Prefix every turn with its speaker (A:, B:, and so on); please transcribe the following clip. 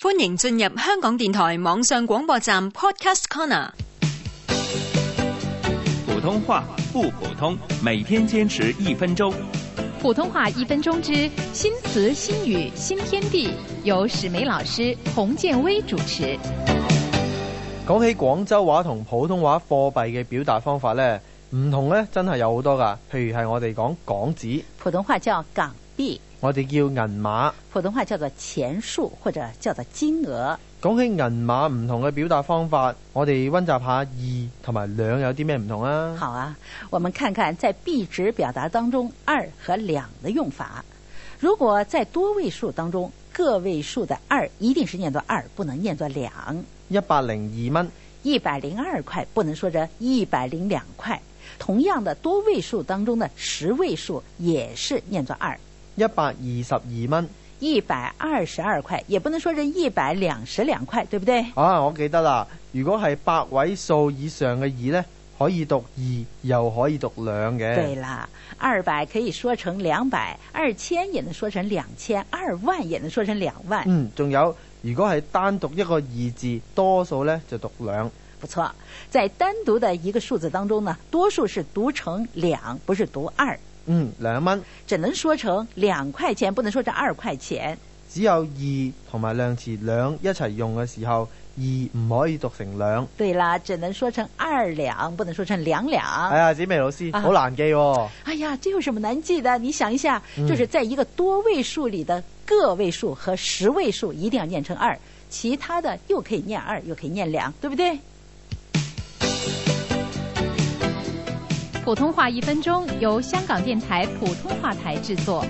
A: 歡迎進入香港電台網上廣播站 Podcast Corner。
B: 普通話不普通，每天堅持一分鐘。
C: 普通話一分鐘之新詞新語新天地，由史梅老師洪建威主持。
D: 講起廣州話同普通話貨幣嘅表達方法呢，唔同呢真係有好多㗎。譬如係我哋講港紙，
E: 普通話叫港幣，
D: 我哋叫銀碼。
E: 普通話叫做錢數或者叫做金額。
D: 講起銀碼唔同嘅表達方法，我哋温習下二同埋兩有啲咩唔同啊？
E: 好啊，我们看看在币值表达当中“二”和“两”的用法。如果在多位数当中，个位数的“二”一定是念作“二”，不能念作“两
D: 一百零二蚊，”。
E: 一百零二块不能说着一百零两块。同样的，多位数当中的十位数也是念作“二”。
D: 一百二十二蚊。
E: 一百二十二块也不能说人一百两十两块，对不对？
D: 啊，我記得啦。如果係百位數以上嘅二呢，可以讀二，又可以讀兩
E: 对
D: 嘅。
E: 啦，二百可以说成两百，二千也能说成两千，二万也能说成两万，
D: 嗯，仲有，如果係單獨一個二字，多數呢就讀兩。
E: 不错。在单独的一个数字当中呢，多数是读成两，不是读二，
D: 嗯，兩蚊。
E: 只能说成两块钱，不能说成二块钱。
D: 只有二同埋量詞兩一齊用嘅時候，二唔可以讀成兩。
E: 对啦，只能说成二两，不能说成两两。
D: 哎呀，紫薇老師
E: 啊
D: 好難記喎。
E: 哎呀，这有什么难记的？你想一下，
D: 嗯
E: 就是在一个多位数里的个位数和十位数一定要念成二，其他的又可以念二，又可以念两，对不对？
C: 普通话一分鐘由香港電台普通话台制作。